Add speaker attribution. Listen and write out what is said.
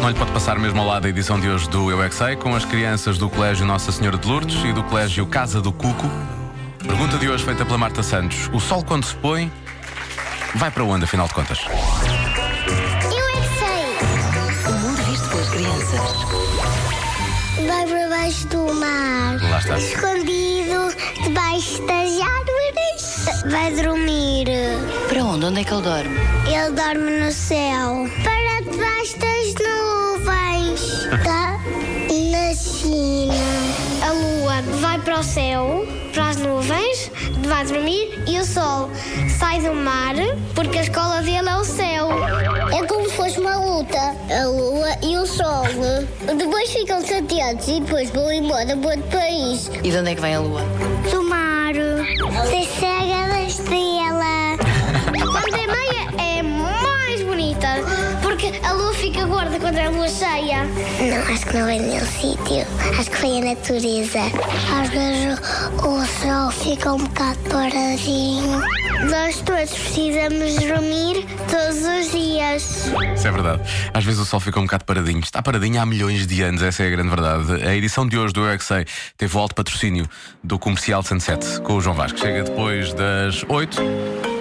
Speaker 1: não lhe pode passar mesmo ao lado a edição de hoje do Eu é Que Sei, com as crianças do Colégio Nossa Senhora de Lourdes e do Colégio Casa do Cuco. Pergunta de hoje feita pela Marta Santos. O sol quando se põe vai para onde, afinal de contas?
Speaker 2: Eu é que sei.
Speaker 3: O mundo visto pelas crianças.
Speaker 2: Vai para baixo do mar.
Speaker 1: Lá está.
Speaker 2: Escondido debaixo das árvores. Vai dormir.
Speaker 3: Para onde? Onde é que ele dorme?
Speaker 2: Ele dorme no céu. Para debaixo das nuvens. Tá na China. A lua vai para o céu, para as nuvens, vai dormir e o sol sai do mar porque a escola dele é o céu. É como se fosse uma luta. A lua e o sol. Depois ficam chateados e depois vão embora para outro país.
Speaker 3: E de onde é que vem a lua?
Speaker 2: Do mar. Sossega da estrela. Quando é meia é mais bonita, porque a lua fica gorda quando é a lua cheia. Não, acho que não é nenhum sítio. Acho que foi a natureza. Às vezes o sol fica um bocado paradinho. Nós todos precisamos dormir todos os dias.
Speaker 1: Isso é verdade. Às vezes o sol fica um bocado paradinho. Está paradinho há milhões de anos, essa é a grande verdade. A edição de hoje do Eu é Que Sei teve o alto patrocínio do comercial Sunset com o João Vasco. Chega depois das 8.